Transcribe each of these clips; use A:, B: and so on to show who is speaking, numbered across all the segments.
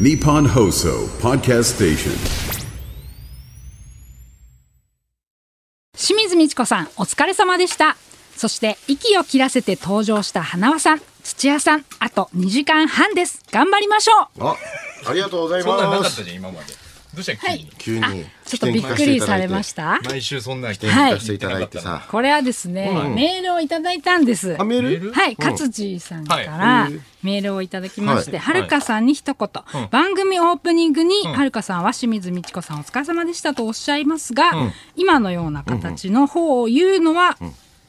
A: Nippon Hoso Podcast Station.
B: 清水美智子さんお疲れ様でしたそして息を切らせて登場した花輪さん土屋さんあと2時間半です頑張りましょう
C: あ、ありがとうござい
D: そんなんな
C: ま
D: かった
C: す。
D: じゃん今まで。どうしたっけ、
B: はい
C: 急に
B: あちょっとびっくりされました
D: 毎週そんな人
C: 起点
B: はい
C: 聞かせていただいてさ。
B: これはですね、メールをいただいたんです
C: あ、メール？
B: はい、勝地さんからメールをいただきまして、はるかさんに一言、番組オープニングに、はるかさんは清水美智子さんお疲れ様でしたとおっしゃいますが、今のような形の方を言うのは、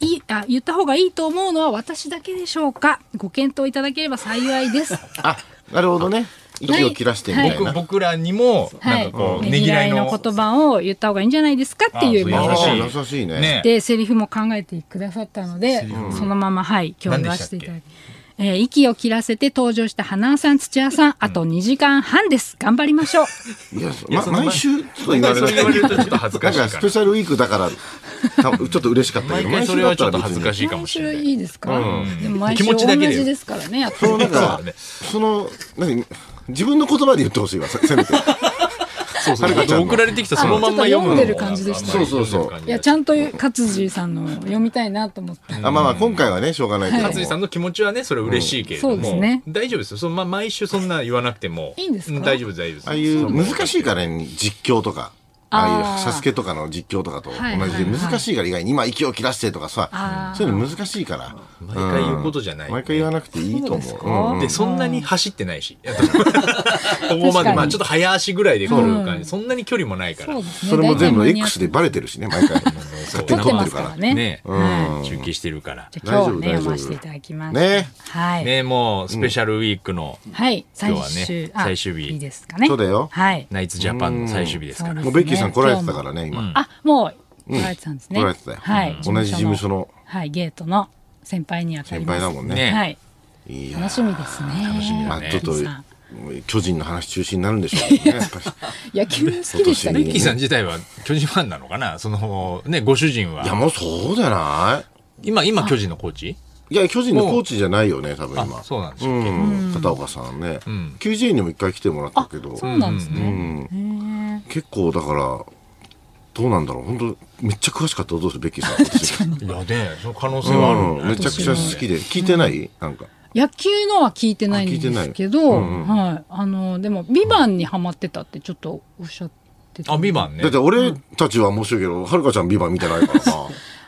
B: いいあ言った方がいいと思うのは私だけでしょうかご検討いただければ幸い です
C: あ、なるほどね。息を切らしてみたい
D: 僕
C: な。
D: 僕らにも
B: は
D: ないんかこう、
B: ね
D: ね
B: ぎ
D: ぎ
B: ら
D: らい
B: い
D: の
B: の言葉を言った方がいいんじゃないですかっていうメール
D: あ
B: を
D: そう
C: あ
D: 優
C: あ優しいね。
D: ね
B: でセリフも考えてくださったのでそのままはい今日言わせていただき、えー息を切らせて登場した花輪さん土屋さんあと2時間半です頑張りましょう
C: いや、ま毎週ちょっと言われ
D: そ
C: る
D: れ言われるとちょっと恥ず
C: な
D: か
C: ん
D: しいか
C: かスペ
D: ら。
C: シャルウィークだから、たちょっと嬉しかったけ
D: 毎
C: ど、
D: 回それはちょっと恥ずか
C: い。
D: しいかもしれない。
B: 毎週いいですか、でも毎
D: 気
B: 週
D: 持
B: 同
D: ちだけで
B: じですからねやっぱ
C: そ
B: り
C: のなんか
D: そうだね
C: その何自分の言葉で言ってほしいわ。せせめて。
D: そうそう
C: はるかちゃんの
D: 送られてきたそのまんま
B: あちょっと
D: 読むのも
B: 読んでる感じでした
C: そうそうそう
B: いやちゃんと勝地さんの読みたいなと思って
C: あ、まあまあ今回はねしょうがないけども。
D: 勝地さんの気持ちはねそれは嬉しいけれども、
B: うんそうですね
D: 大丈夫ですよそのま毎週そんな言わなくても
B: いいんですか
D: う大丈夫です大丈夫です
C: ああいう難しいからね、実況とか。ああ
B: あ
C: い
B: ー
C: う、サスケとかの実況とかと同
B: はいはい
C: じで、難しいから意外に、今息を切らしてとか
B: あ
C: さ、
B: ー
C: そういうの難しいから、
D: 毎回言うことじゃない、
C: 毎回言わなくていいと思う。うん
D: でそんなに走ってないしここまでまあちょっと早足ぐらいで来る感じ、そんなに距離もないから
B: そうですね
C: それも全部
B: 大体間に合っ
C: X でバレてるしね、毎回。勝
B: 撮
C: 手に
B: って
C: 撮っ
B: ま
C: て
B: す
C: る
B: から
C: から。
B: ね
D: ね、
B: は
D: 中継してるから
B: じゃあ今日は
C: 大丈夫
B: ね
C: 大丈夫
B: 読ませていただきます
C: ね
B: はい、
D: ねもうスペシャルウィークの、
B: はい最
D: 今日は
B: 終
D: ね
B: あ
D: 最終日
B: いいですかね
C: そうだよ
B: はい
D: ナイツジャパンの最終日ですから、
B: うん
C: もうベッキーさん来られてたからね、今。
B: あ、もう来られてたんですね。
C: 来られてたよ
B: はい。
C: 同じ事務所の
B: はい、ゲートの先輩にあたり
C: 先
B: ます。
C: 輩だもんね。
D: ね
B: はい。
C: いや
B: 楽しみですね。楽しみ
C: まあちょっと
B: ベッキーさん、
C: 巨人の話中心になるんでしょうけどね、やっぱり。
B: 野球好きでした
C: 今年
B: ね。
D: ミッキーさん自体は巨人ファンなのかなそのねご主人はい
C: や、もうそうじゃな
D: 今今巨人のコーチ
C: いいや、巨人のコーチじゃないよね、多分今。
D: そうなんです
C: う
D: よ、
C: ん、片岡さんね、QJ にも一回来てもらったけど、
B: そうなんですね。
C: 結構だからどうなんだろう本当めっちゃ詳しかったらどうするべき さん私
D: いやねその可能性はあるんだ
C: うんめちゃくちゃ好きで聞いてないなんか
B: 野球のは聞いてないんですけど、
C: あ聞いてないうん
B: はい。あの、でも、ビバンにハマってたってちょっとおっしゃってた。
D: あビバンね
C: だって俺たちは面白いけどはるかちゃんビバン見てな いからさ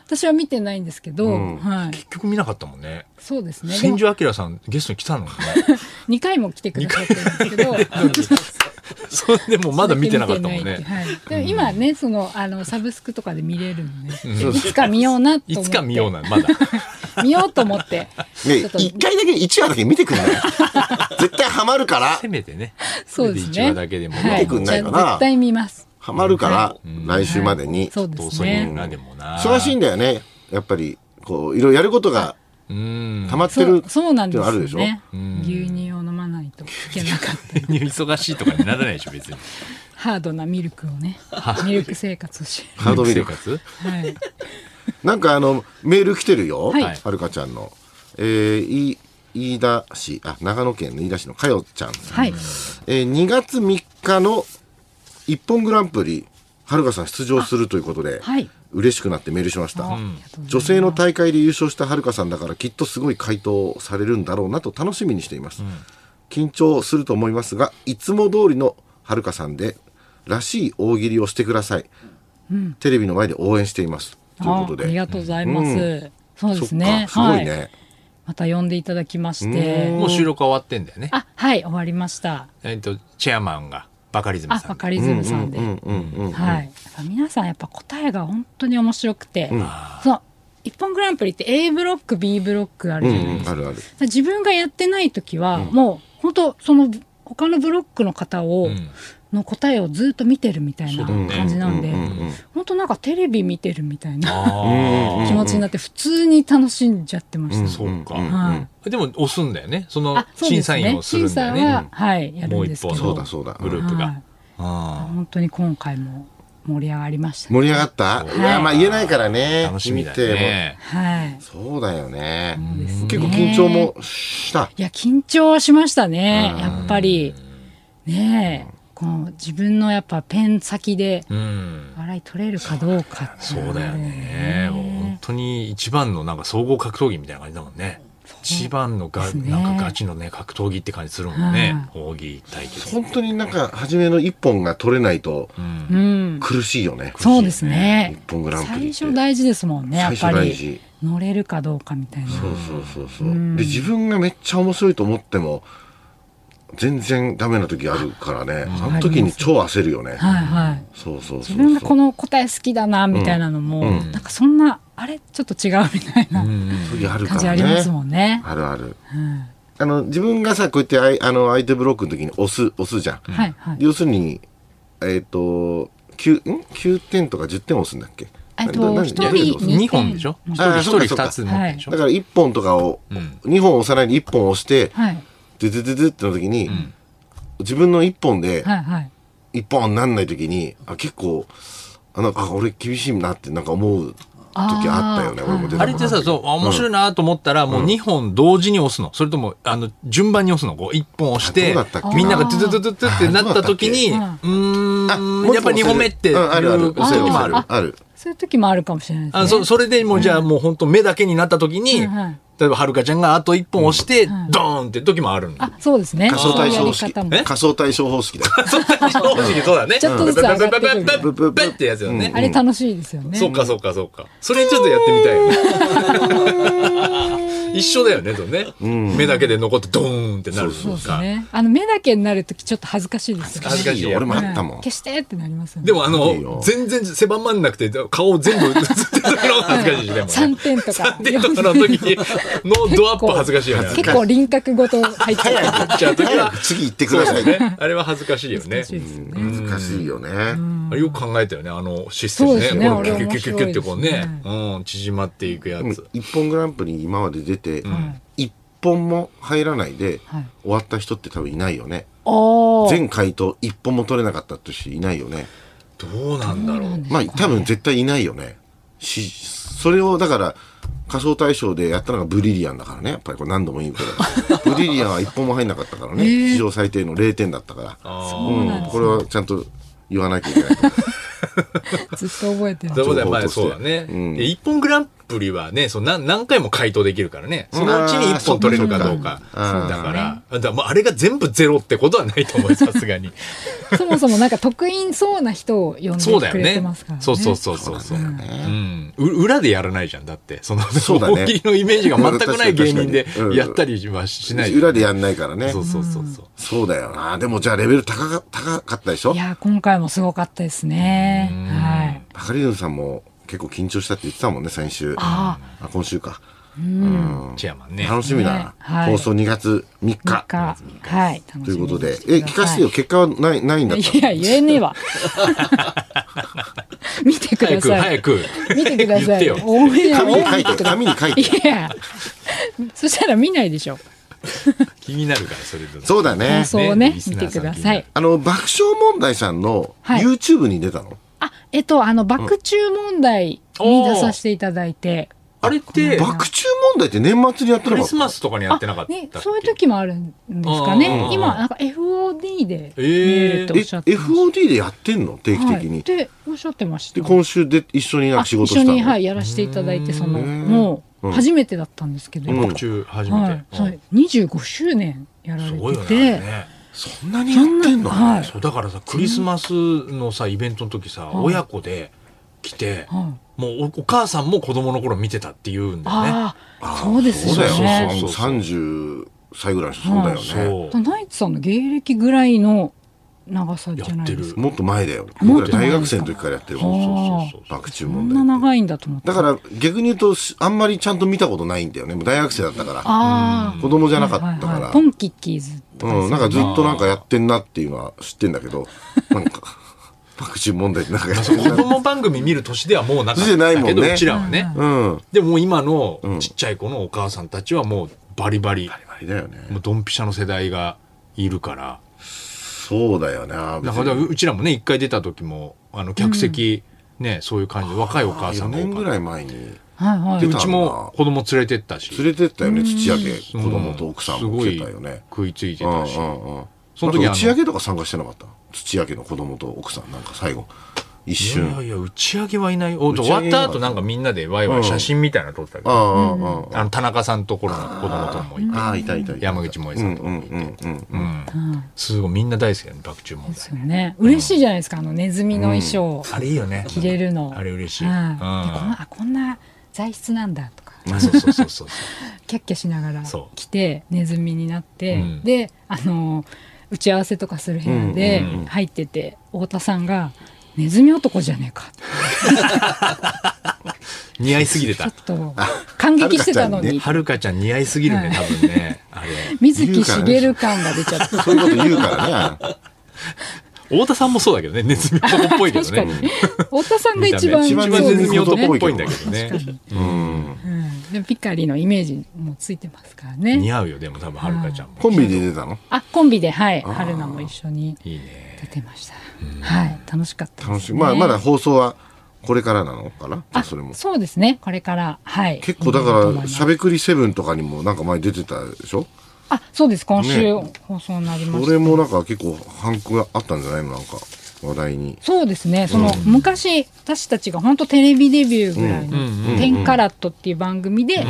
B: 私は見てないんですけど、はい。
D: 結局見なかったもんね
B: そうですね。で
D: 千
B: も
D: 住明さんゲストに来たのね
B: 2回も来てくださってるんですけ ど、
D: それでもまだ見てなかったもん
B: 見て
D: ね
B: ないっていうはい、でも今ね、その、あの、サブスクとかで見れるんで、
C: そう
B: いつか見ようなと
D: い
B: 思って。
D: つか見ようなまだ
B: 見ようと思って。
C: ね
B: ちょっと
C: 一回だけ一話だけ見てく んない絶対ハマるから
D: せめてね
B: そうです
D: 一話
B: ね。
D: だけでも
B: は
C: 見てくんないかな
B: じゃあ絶対見ます。
C: ハマるから来週までに、
B: そうで
D: 同
B: す
D: 窓に
B: ね。
D: なでもな
C: 忙しいんだよねやっぱりこういろいろやることが
D: うん
C: 溜まって
B: そ
C: る
B: う、そうなんです
C: ってのある
B: よ
C: でしょ
B: ね。牛乳を飲まないといけなかった。
D: 忙しいとかにならないでしょ別に
B: ハードなミルクを ね。ミルク生活をし。
C: ハードミルク
D: 生活
B: はい。
C: なんかあのメール来てるよ、
B: は
C: はいるかちゃんの。えー、い飯田市あ長野県の飯田市のかよちゃん、
B: はい。
C: えー、2月3日の「一本グランプリ」はるかさん出場するということで、
B: はい
C: 嬉しくなってメールしまし
B: あ
C: た、
B: りがとうございます
C: 女性の大会で優勝したはるかさんだからきっとすごい回答されるんだろうなと楽しみにしています、緊張すると思いますがいつも通りのはるかさんでらしい大喜利をしてください、テレビの前で応援していますという
B: あ
C: ことで
B: ありがとうございます。そうですね。
C: そっかすごいね、
B: はい。また呼んでいただきまして。
D: もう収録終わってんだよね
B: あ、はい、終わりました。
D: えっとチェアマンがバカリズム
B: あ、
D: さん
B: バ
D: で
B: カリズムさんで。はい。やっぱ皆さんやっぱ答えが本当に面白くて、その一本グランプリって A ブロック、B ブロックあるじゃないですか。
C: あるある
B: 自分がやってない時は、もう本当その他のブロックの方を、の答えをずっと見てるみたいな感じなんで、本当なんかテレビ見てるみたいな
D: あ
B: 気持ちになって普通に楽しんじゃってました。
D: あそうか、
B: はい
D: でも押すんだよねその
B: あそうで
D: 審
B: す
D: 査員
B: ね
D: をするんだよね
B: 審査は、はい、やる
D: もうん
B: です
D: 一
B: け
D: 方
B: ど。
D: の
C: そうだそうだ
D: グループが、
B: はい
D: あ
B: 本当に今回も盛り上がりましたね、
C: 盛り上がった、いやまあ言えないからね
D: あ楽しみだよ
C: 見て
D: ね
B: はい。
C: もそうだよね
B: ですね
C: 結構緊張もした
B: いや緊張しましたねやっぱりねえ、この自分のやっぱペン先で
D: うん。
B: 笑い取れるかどうかってい
D: そう
B: のが
D: だ
B: あ
D: よ
B: る
D: ね。もう本当に一番のなんか総合格闘技みたいな感じだもんね。一番のが、
B: すね
D: なんかガチのね、格闘技って感じするもんね。奥義対決。
C: 本当になんか初めの一本が取れないと
D: うん。
B: うん。
C: 苦しいよね、
B: そうですね。
C: 日本グランプリ
B: 最
C: って
B: 初大事ですもんね、やっぱ
C: 最初大
B: り
C: 事。
B: 乗れるかどうかみたいな。
C: そうそうそうそう、で自分がめっちゃ面白いと思っても全然ダメな時あるからね、あの時に超焦るよ
B: はい
C: ね、
B: はい。
C: そうそうそ
B: 自
C: う
B: 分が
C: そ
B: こ
C: う
B: の答え好きだなみたいなのも、
D: ん
B: なんかそんなあれちょっと違うみたいな
D: うん。
C: 時あるか
B: 感じ
C: ら
B: あり
C: ね
B: ますもんね。
C: あるある
B: うん
C: あの自分がさこうやってあいあの相手ブロックの時に押す押すじゃん、
B: はいはい。
C: 要するにえっ、と 9, ん9点とか10点押すんだっけ
B: えっ
C: な
B: と
C: な
B: 一
D: いや
B: 人
D: でも
B: 二
D: 二本でしょ
B: うん
D: 一
C: あー
D: 人
C: そうか
D: 一人
C: そうか
D: 二つ持ってるでしょ
C: だから1本とかを、
D: うん
C: 2本押さないで1本押して、
B: はい
C: ドゥドゥドゥドゥっての時に、自分の1本で、
B: はいはい。
C: 一本になんない時にあ結構あなんかあ俺厳しいなってなんか思う時あったよね俺も出
D: あ
C: た
D: れっ
C: こと
D: てさ、そう、あ面白いなと思ったら、もう2本同時に押すの。それとも、あの、順番に押すの。こう、1本押して
C: あどうだったっ、け
D: みんながトゥトゥトゥトゥってなった時に、う
B: あどうだったっ
C: あ
D: ー
C: も
D: ん、
C: う
D: や
C: 一
D: っぱり2本目っていう
C: うんあるある
D: 時もあ
C: あ
D: る
C: る。ある
B: そういう時もあるかもしれないですね。
D: あそそれでもうじゃあもう本当目だけになった時に、
B: うんうん
D: 例えばはるかちゃんがあと一本押して、ドーンって時もあるの。
B: あそうですね。
C: 仮想対
B: そういう
C: 称
B: やり
C: 式
B: 方も
D: え
C: 仮想対称方式だよ
D: 正直そうだね。
B: ちょっとずつ上がってくる
D: ブッブッブッブッブッブッってやつよね。
B: あれ楽しいですよね。
D: そうかそうかそうか。それちょっとやってみたいよ ね。一緒だよね、とね。目だけで残ってドーンってなる
B: そう
D: の
B: です
D: か。
B: ね。あの目だけになる時ちょっと恥ずかしいですよね。
D: 恥ずかしいよ
C: 俺もあったもん
B: はい消してってなりますよね。
D: でもあ
C: いいよ
D: の、全然狭まんなくて、顔全部映ってたのが恥ずかしいしね。もうね
B: 三点とか
D: 三点とかの時に、のドアップ恥ずかしいよね。
B: 結構輪郭ごと入っちゃう。
D: 入っちゃう時
C: 早
D: は
C: く、次行ってくださいね
D: あれは恥ずかしいよね。
C: 難しいよね
D: あれよく考えたよね、あのシステム
B: そう
D: ね。
B: ですね
D: このキュ
B: あれ
D: キュキュキュキュってこうね
B: 面白いで、
D: うん、縮まっていくや
C: でも
D: つ。
C: 一本グランプリに今まで出て一本も入らないで
B: はい
C: 終わった人って多分いないよね
B: おー
C: 全回答一本も取れなかったって人いないよね
D: どうなんだろう。
C: まあ多分絶対いないよねしそれをだから仮想対象でやったのがブリリアンだからねやっぱりこれ何度も言うけどブリリアンは一本も入んなかったからね、史上最低の0点だったから
D: あ
C: うん、これはちゃんと言わなきゃいけないと思
B: ずっと覚えてる
D: あ。。そういうことはやっぱり
C: 情
D: そう
C: 報
D: だ
C: として
D: ね。で一本グランプリはね、そう何何回も回答できるからね。そのうちに一本取れるかどうか。
C: あー
D: だから、だからまああれが全部ゼロってことはないと思うよ、さすがに。
B: そもそもなんか得意そうな人を呼ん
D: そうだ
B: でくれ
D: よ
B: て
D: ね
B: ますから。ね。
D: そうそうそうそうそう。うん。う裏でやらないじゃん、だって。その、
C: そうだね
D: 大喜利のイメージが全くない芸人で
C: 確かにうん
D: やったりはしな
C: っ
D: い
C: て
D: じゃん。
C: 裏でやんないからね
D: そうそうそうそう。
C: そうだよなでもじゃあレベル高か高かったでしょ
B: いやー、今回もすごかったですね。はい。
C: バカリズムさんも結構緊張したって言ってたもんね先週
B: あ
C: あ今週か
D: チェアマンね。
C: 楽しみだな、
B: ねはい
C: 放送2月3
B: なん
C: 日
B: か、はい。楽しみに
C: ということで
B: し
C: え
B: くださ
C: 聞かせてよ結果はないないんだったの
B: いや、言えねえわ。 見てく
D: 早
B: だ
D: く、
B: さ
D: 早
B: い。
D: く。
B: 見てくだ
D: 言っ
B: さ
D: て
B: い。
D: よ
B: オンエアを
C: 紙に書
B: 見て
C: い
B: く
C: て
B: ださ
C: 紙に書い
B: い。
C: て
B: いや、そしたら見ないでしょ。
D: 気になるから、それで。
C: そうだね
B: 放送をね、
D: リス
B: 見
D: ナーさん
B: てください。
C: あの爆笑問題さんの
B: はい
C: YouTube に出たの、
B: あ、えっと、あの、爆中問題に出させていただいて、
D: あれって、
C: 爆中問題って年末にやって
D: ク
C: なか
D: リ
C: っ
D: ス
C: た
D: マスとかにやってなかったっ
B: ね
D: け。
B: そういう時もあるんですか
D: あ
B: ね
D: ー。
B: 今、なんか FOD で見れるっておっ
C: え
B: しゃってました。
C: FOD でやってんの定期的
B: はい、
C: に、
B: っておっしゃってました。
C: で今週で一緒になん
B: あ
C: か仕事
B: 一
C: した
B: 緒
C: の
B: に、はい、やらせていただいて、その、もう、初めてだったんですけど、
D: 僕中初め
B: は
D: て
B: い、。そう25周年やられ
D: すごいよ
B: てて、
D: ね。
C: そんなにやってんの、
B: はい
D: そうだからさクリスマスのさイベントの時さ親子で来て
B: は
D: もうおお母さんも子供の頃見てたって言うんだよね。
B: ああ、そうです
C: そう
B: よ
C: だよ、
B: ね。
C: もう30歳ぐらいの人そうだよね、
D: そ
B: とナイツさんの芸歴ぐらいの長さじゃないですか。
C: もっと前だよ
B: も
C: 僕
B: っ
C: ら
B: と前
C: 大
B: ですか
C: 学生の時からやってる
D: う
C: もん
D: そうそうそう。
C: 爆注
B: こ
C: 問
B: んな
C: 題
B: 長いんだと思って。
C: だから逆に言うとあんまりちゃんと見たことないんだよねもう大学生だったか
B: あ
C: ら
B: あ、
C: 子供じゃなかった
B: はい
C: か
B: はいは
C: ら
B: いポンキッキーズとかですよね、
C: うん、なんかずっとなんかやってんなっていうのは知ってんだけど、なんか、パクチー問題ってなんかやってん
D: 子
C: な。
D: 供番組見る年ではもうなかったん
C: 年じゃ
D: だ
C: ない
D: け
C: も
D: ど
C: んね
D: うちらはね。
C: うん。あ
D: でももう今のちっちゃい子のお母さんたちはもうバリバリ
C: れだよね。
D: もうドンピシャの世代がいるから。
C: そうだよな。
D: だからうちらもね一回出た時もあの客席ねそういう感じで若いお母さ
C: 4
D: んが多か
C: 年
D: った
C: ぐらい前に
B: はいは
C: で
B: い。
D: うちも子供連れてったし
C: 連れてったよね、土屋家。子供と奥さんも
D: すご
C: 来
D: い
C: てたよね。
D: 食いついて
C: うんうん
D: たし、
C: うん。
D: そ
C: なん
D: の時
C: か打
D: あの
C: ち上げとか参加してなかった土屋家の子供と奥さんなんか最後一
D: いや
C: 瞬
D: いや、打ち上げはいない。お
C: 打ち上
D: 終
C: げ
D: わった後なんかみんなでワイワイ写真みたいなの撮ってたけ
C: あ
D: ど、
C: ああああ
D: あの、田中さんところの子供ともいて、
C: あああいたいたいた
D: 山口萌えさんとかもいて、うんすごいみんな大好きだね、爆注問
B: です
D: 題。
B: よね嬉しいじゃないですかあのネズミの衣装を
D: あれいいよね。
B: 着れるの
D: あれ嬉しい。
B: はい
D: うん
B: でこのあこんな材質なんだとか
D: あそうそうそうそう。
B: キャッキャしながら
D: そう
B: 来てネズミになって、
D: うん
B: であのー打ち合わせとかする部屋で
D: うんうんうん
B: 入ってて、太田さんが「ネズミ男じゃねえか」
D: 似合いすぎて
B: ちょ
D: た
B: っ。と感激してたのに、
D: はるかちゃん似合いすぎるね、多分ね。あれ。
B: 水木しげる感が出ちゃった。
C: そういうこと言うからね
D: 太田さんもそうだけどね、ネズミ男っぽいけど
B: 確かに
D: ね。
B: 太田さんが一番
D: 一
C: 見
B: そ
C: た
B: う
D: 番
C: 目
B: で
D: ネ
B: す
D: ズミ
B: ね
D: 男っぽいんだけどね
B: 確か。に
C: うん
B: うん、でもピカリのイメージもついてますから
D: 似
B: ね。
D: 合うよ、でも多分はるかちゃんも。
C: コンビで出てたの
B: あコンビではい春菜も一緒に
D: いいね。
B: 出てました。はい楽しかった
C: 楽
B: です、
C: し
B: ね。
C: みまあまだ放送はこれからなのかな
B: あ
C: それも
B: そうですねこれからはい
C: 結構だか
B: 見れると思い
C: ら
B: ます
C: しゃべくりセブンとかにもなんか前出てたでしょ
B: あそうです今週
C: ね
B: 放送になりま
C: そ
B: した。
C: れもなんか結構反響があったんじゃないのなんか話題に
B: そうですね、その、昔私たちが本当テレビデビューぐらいの「10カラット」っていう番組で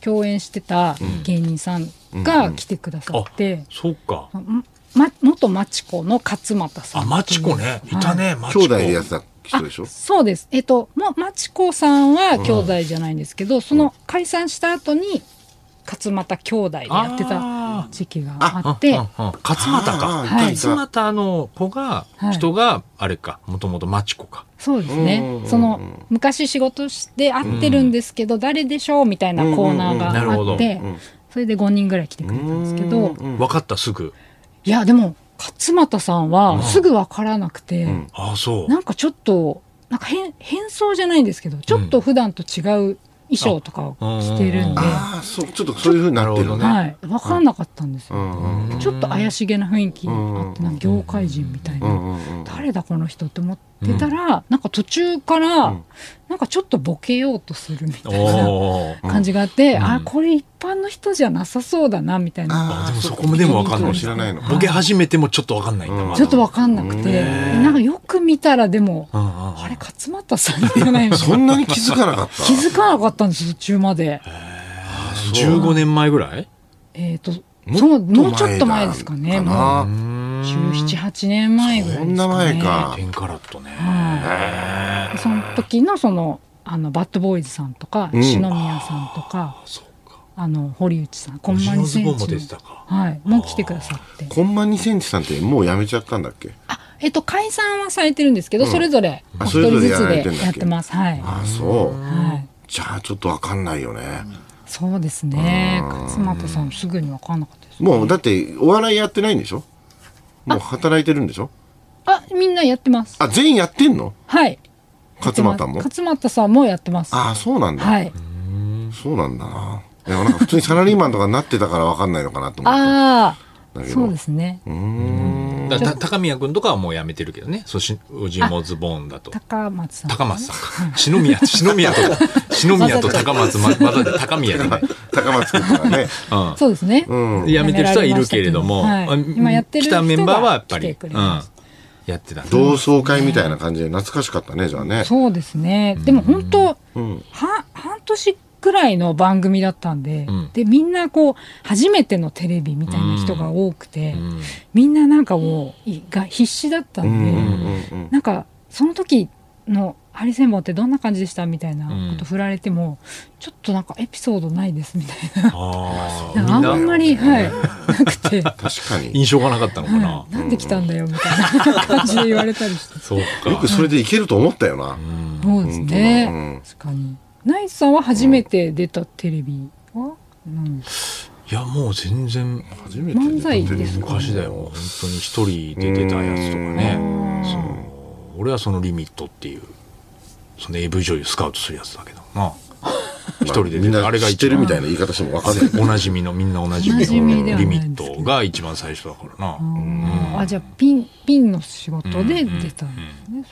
B: 共演してた芸人さんが来てくださ
D: あ
B: って、、
D: そうか。
B: んま、元町子の勝俣さん
D: あ、マチコね。いたね、マチ
C: 兄
D: コ。
C: 弟でやってた人でしょ
B: あそうですえっともまちこさんは兄弟じゃないんですけど、その解散した後に勝俣兄弟でやってた
D: あ
B: 時期があって
D: うんうんうん勝俣
C: あ
D: か。
C: ー
B: はい
C: いた
D: 勝俣の子が、
B: はい
D: 人が、あれか、もともとマチコか。
B: そうです
C: うんうんうん
B: ね
C: うん
B: その昔仕事して会ってるんですけど、誰でしょうみたいなコーナーが
D: うんうんうんなるほ
B: あ
D: ど
B: っ
D: う
B: て
C: ん
B: それで5人ぐらい来てくれたんですけど
C: うん
D: 分かった、すぐ。
B: いやでも勝俣さんはすぐ分からなくて、
C: ん
D: ああ、そう。
B: なんかちょっとなんか変変装じゃないんですけどちょっと普段と違う衣装とかを着てるんで。
D: うんあ
C: ああそうちょっとそういうふうになってるのね
B: はい、分かんなかったんですよ、
C: うん
D: うん
B: ちょっと怪しげな雰囲気あってなんか業界人みたいな、
C: うんうんうん
B: 誰だこの人って思ってたら、なんか途中から、
C: うん
B: なんかちょっとボケようとするみたいな
D: おー
B: 感じがあって、
D: うん
B: あこれ一般の人じゃなさそうだなみたいな、
D: あでもそこもでもわかんない
C: 知らないのか
D: ボケ始めてもちょっと分かんないんだ、
C: うん
D: まだ
B: ちょっと分かんなくて、なんかよく見たらでも、
D: うんうんうん
B: あれ勝俣さんじゃないの
C: そんなに気づかなかった
B: 気づかなかったんです途中まで。
D: 15年前ぐらい
B: えっ、と
C: もっ
B: そう
C: と前だ
B: もうちょっと前ですかね
C: かな
B: もう
C: あ
B: 1718年前ぐらいですかね。
C: そんな前か
D: 10カラットね
B: はい、その時のそのあのバッドボーイズさんとか、
C: うん
B: 篠宮さんとか
D: あそうか
B: あの堀内さんこん
D: ジ
B: ま
D: オ
B: に
D: ズ
B: セン
D: ボンも
B: チ
D: 出
B: の
D: てたか
B: はい、もう来てくださって
C: こんま2センチさんってもうやめちゃったんだっけ
B: あ、えっと、解散はされてるんですけど、それぞれお
C: あ
B: 一人ずつ
C: それぞれやられてんだ
B: で
C: っけ
B: やってますはい、
C: ああそう
B: はい、
C: じゃあちょっとわかんないよね
B: そうですね勝俣さんすぐに分かんなかったです
C: もうだってお笑いやってないんでしょもう働いてるんでしょ
B: あみんなやってます
C: あ全員やってんの
B: はい
C: 勝俣も
B: 勝俣さんもやってます
C: ああそうなんだ、
B: はい
C: そうなんだないやなんか普通にサラリーマンとかになってたからわかんないのかなと思って
B: ああ
C: だけど
B: そうですね
C: うーん
D: だからた高宮君とかはもうやめてるけどねそうしジモズボンだと
B: 高松さん
D: 高松さんか篠宮篠宮 と篠宮と高松ままだで高宮じゃない
C: 高松君とかね
D: うん
B: そうですね、
C: うん
D: やめてる人はいるけれども、
B: はい
D: あ
B: 今やってる
D: 来
B: 人が
D: たメンバーはやっぱ
B: 来
D: り、
B: てく
D: う
B: れ
D: ん、
B: ま
D: や
B: す
D: ってたね
C: 同窓会みたいな感じで懐かしかったねじゃあね
B: そうですねでも本当、
C: うん
B: は半年くらいの番組だったんで、
D: うん
B: でみんなこう初めてのテレビみたいな人が多くて、
D: うん
B: みんななんかもういが必死だったん
C: うん
B: で、
C: うんうん
B: なんかその時のハリセンボンってどんな感じでしたみたいなこと振られても、ちょっとなんかエピソードないですみたいな
D: あ
B: なんかあ
D: あ、み
B: ん
D: んな
B: まり、はいなくて、は
C: 確かに
D: 印象がなかったのかな。
B: い、なんで来たんだよみたいな感じで言われたりして
D: そうか。
C: よくそれでいけると思ったよな、
B: そうです
C: うん
B: ね。確かに。ナイツさんは初めて出たテレビは、うん、
D: いや、もう全然、
C: 初めて
B: 漫才ですか。
D: 昔だよ。本当に一人で出たやつとかね。その俺はそのリミットっていう、その AV 女優スカウトするやつだけどな。一人で
C: み
D: 出
C: ん
D: た。あ
C: な
D: れが
C: 知っ
D: 一
C: てるみ
D: 番
C: たいな言い方してもわかんない
D: おなじみの、みんなおなじみ
B: おなじみで
D: の
B: は
D: リ
B: な
D: ミ
B: いんです
D: ッ
B: けど
D: トが一番最初だからな。
B: あ、じゃあピンピンの仕事で出たんですね。そうですね。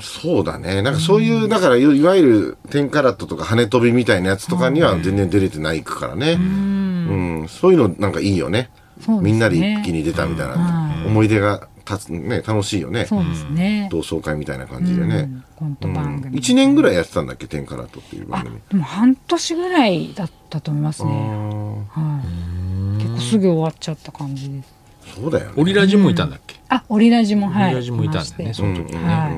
C: そうだね。なんかそういう、だからいいわゆる10カラットとか羽飛びみたいなやつとかには全然出れてないからね。うん。そういうのなんかいいよね。
B: そうですね
C: みんなで一気に出たみたいな。
B: はい
C: 思い出が立つ、ね、楽しいよね。
B: そうですね。
C: 同窓会みたいな感じでね。
B: うんコント番組。
C: 1年ぐらいやってたんだっけ「天からと」っていう番
B: あ
C: 組。
B: でも半年ぐらいだったと思いますね。
C: あ
B: はい。結構すぐ終わっちゃった感じです。
C: ーそうだよね。
D: オリラジもいたんだっけ
B: あ、オリラジもはい。
D: オリラジもいたんだよ
B: いまして
D: ねその時ね、
B: はい。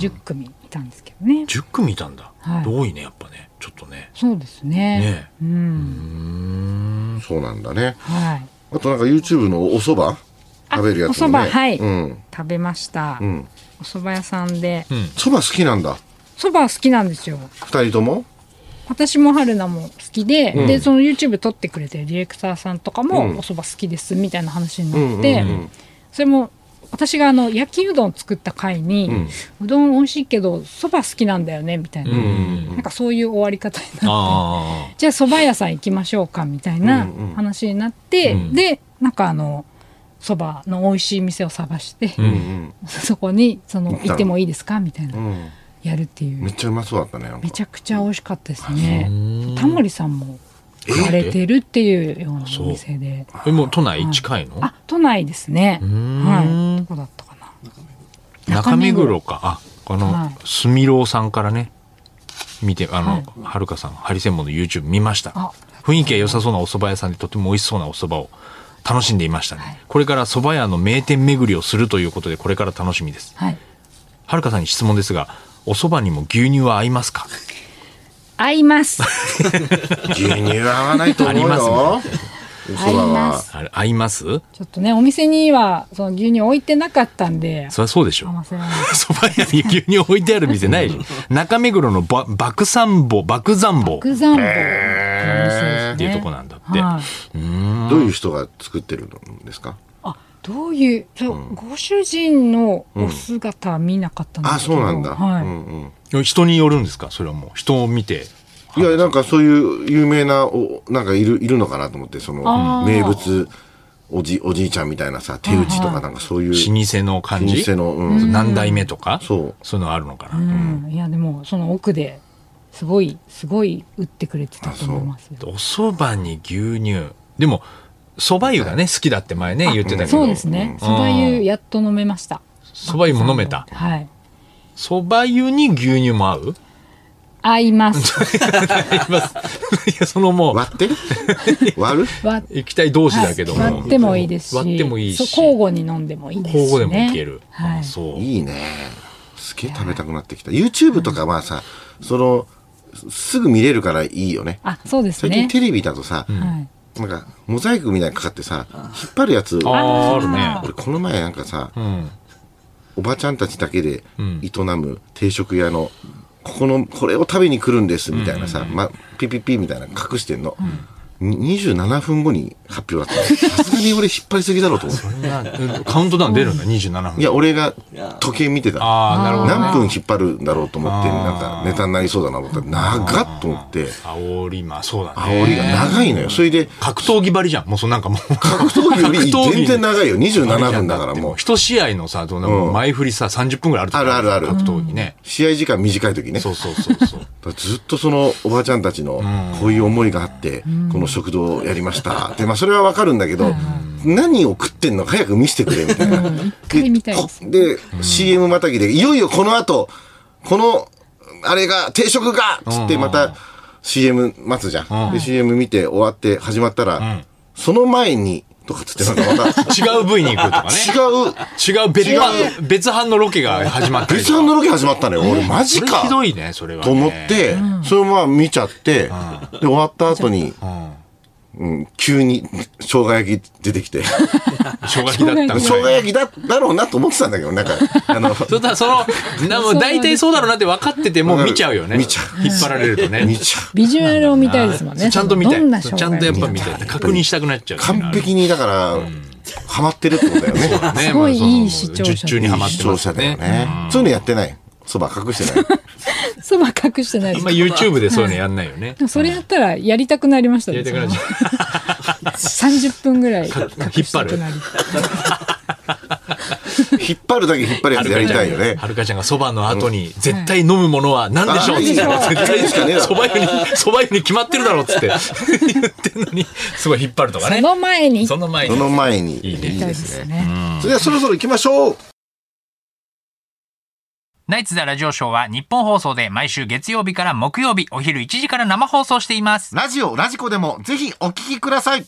B: 10組いたんですけどね。
D: 10組いたんだ、
B: はい
D: 多いねやっぱねちょっとね
B: そうですね
D: ね。
B: うん。
C: そうなんだね。
B: はい。
C: あとなんか YouTube のお蕎麦食べるやつもね。
B: お蕎麦はい
C: うん。
B: 食べました。
C: ん
B: お蕎麦屋さんで、
C: 蕎麦好きなんだ。
B: 蕎麦好きなんですよ。
C: 二人とも
B: 私も春菜も好きで、でその YouTube 撮ってくれてるディレクターさんとかも、お蕎麦好きですみたいな話になって、それも私があの焼きうどん作った回に、うどん美味しいけど蕎麦好きなんだよねみたいな、なんかそういう終わり方になって。
D: あ
B: じゃあ蕎麦屋さん行きましょうかみたいな話になって、でなんかあの蕎麦の美味しい店を探して、そこにその行ってもいいですかみたいな、やるっていう
C: めっちゃうまそうだったね。なんか
B: めちゃくちゃ美味しかったですね。タモリさんも行かれてるっていうようなお店で。
D: あえもう都内近いの、
B: あ、都内ですね。はい。どこだったかな。
D: 中目黒かあこ
B: は
D: の
B: い
D: すみろうさんからね見てあの、
B: は
D: はいるかさんハリセンボンの YouTube 見ました
B: あ
D: 雰囲気が良さそうなお蕎麦屋さんでとても美味しそうなお蕎麦を楽しんでいましたね、これから蕎麦屋の名店巡りをするということでこれから楽しみです
B: はい。
D: はるかさんに質問ですがお蕎麦にも牛乳は合いますか
B: 合います。
C: 牛乳は合わないと思うよ。
D: ありま
C: お蕎
B: 合い
C: 麦
B: ま
C: は。
B: す。
D: あれ合います
B: ちょっとね、お店にはその牛乳置いてなかったんで、
D: そりゃそうでしょ
B: 合わせられな
D: そば屋に牛乳置いてある店ないでしょ。中目黒のば爆散坊、爆散坊
B: い。
D: っ
B: グザンボっていうお店ですね。
D: ていうとこなんだって。
B: はい。
C: どういう人が作ってるんですか
B: あ、どういう、そうご主人のお姿は見なかったんです
C: あ、
B: けど。
C: そうなんだ。
B: はい。
C: うんうん
D: 人によるんですかそれはもう。人を見て。
C: いや、なんかそういう有名な、お、なんかいる、いるのかなと思って、そ
B: あ
C: の、
B: ー
C: 名物、おじ、おじいちゃんみたいなさ、手打ちとかなんかそういう、
D: 老舗の感じ。
C: 老舗のうん
D: そう何代目とか。
C: そう
D: そういうのあるのかな。
B: うん、いやでもその奥ですごいすごい打ってくれてたと思いますよ。
D: お蕎麦に牛乳。でも、蕎麦湯がね、好きだって前ね、言ってたけど。
B: そうですね。
D: う
B: そ
D: ん
B: ば湯やっと飲めました。
D: 蕎麦湯も飲めた。
B: はい。
D: 蕎麦湯に牛乳も合う
B: 合います。
D: 合います。いや、そのもう、
C: 割って割る
B: 割
D: 液体同士だけども。
B: 割ってもいいですし、
D: 割ってもいいし。
B: そう交互に飲んでもいいですし、ね。
D: 交互でもいける。
B: は
D: あ
B: い。
D: そう。
C: いいね。すげえ食べたくなってきた。YouTube とかまあさ、その、すぐ見れるからいいよね。
B: あ、そうです
C: 最近
B: ね。
C: テレビだとさ、
B: はい。
C: なんか、モザイクみたいにかかってさ、引っ張るやつ、俺
D: あーあるね。
C: この前なんかさ、
D: うん。
C: おばちゃんたちだけで営む定食屋の、ここの、これを食べに来るんです、みたいなさ、ま、ピピピみたいなの隠してんの。に27分後に発表だったの。さすがに俺引っ張りすぎだろうと思って。
D: うんカウントダウン出るんだ、27分。
C: いや、俺が時計見てた。
D: ああ、なるほど。
C: 何分引っ張るんだろうと思って、
D: あー
C: なんかネタになりそうだなと思ったら、長っと思って、
D: 煽り、まあそうだね。
C: 煽りが長いのよ。それで、
D: 格闘技ばりじゃん。もうそのなんかもう。格
C: 格闘技より
D: 闘技
C: 全然長いよ。27分だからもう。
D: 一試合のさ、どうなの前振りさ、30分ぐらいあると思う
C: あるあるある
D: 格闘技ね。
C: 試合時間短い時ね。
D: そうそうそうそう。
C: だからずっとそのおばあちゃんたちのこういう思いがあって、この食堂をやりました。で、まあそれはわかるんだけど、何を食ってんのか早く見せてくれみたいな。
B: 回見たいです
C: でこで CM またぎで、いよいよこの後、この、あれが、定食がつってまた CM 待つじゃん。で、CM 見て終わって始まったら、その前に、とかつってなんかまた
D: 違う部位に行くとかね。
C: 違う、
D: 違う別班、別班のロケが始まって
C: 別班のロケ始まったのよ。俺マジ
D: それ
C: か
D: ひどいね、それはね。
C: と思って、そのまま見ちゃって、で、終わった後に、
D: うん。
C: うん、急に生姜焼き出て きて、
D: 生姜焼きだったぐらい
C: 生姜焼きだだろうなと思ってたんだけど、なんか、あの、
D: そしたらその、なもう大体そうだろうなって分かってても見ちゃうよね。
C: 見ちゃう
D: 引っ張られるとね。
C: 見ちゃう
B: ビジュアルを見たいですもんね。
D: ちゃんと見
B: ど
D: た。
B: んない商売
D: ちゃんとやっぱ見たい。確認したくなっちゃう。
C: 完璧に、だから、ハマってるってことだよ ね。
D: ね
B: すごい
D: まあその
B: いい視聴者
D: 術中にはまって
C: 視聴
D: ます
C: 者
D: よ
C: だよ
D: ね。
C: ね。そういうのやってない。そば隠して ない。
B: そば隠してないで
D: あん
B: す。
D: ま
B: で
D: YouTube でそういうのやんないよね。
B: もそれやったらやりたくなりましたね。
D: やりたくなっちゃう
B: 三十分ぐらい引っ
D: 引っ張る
B: なり。
C: 引っ張るだけ引っ張るやつやりたいよね。
D: はるかちゃんがそばの後に、絶対飲むものは何でしょうって言ったら
C: うん
D: 絶
C: あいいじゃんいい
D: 対
C: じゃん
D: そば湯に、そば湯に決まってるだろうっつって 言ってんのに、すごい引っ張るとか
B: そ
D: ね。
B: の前に
D: その前
C: そ
D: に。
C: の前に。
D: いい
B: 行き
D: ね。
B: たいですね。
C: それではそろそろ行きましょう。
E: ナイツザラジオショーは日本放送で毎週月曜日から木曜日お昼1時から生放送しています。
F: ラジオ、ラジコでもぜひお聞きください。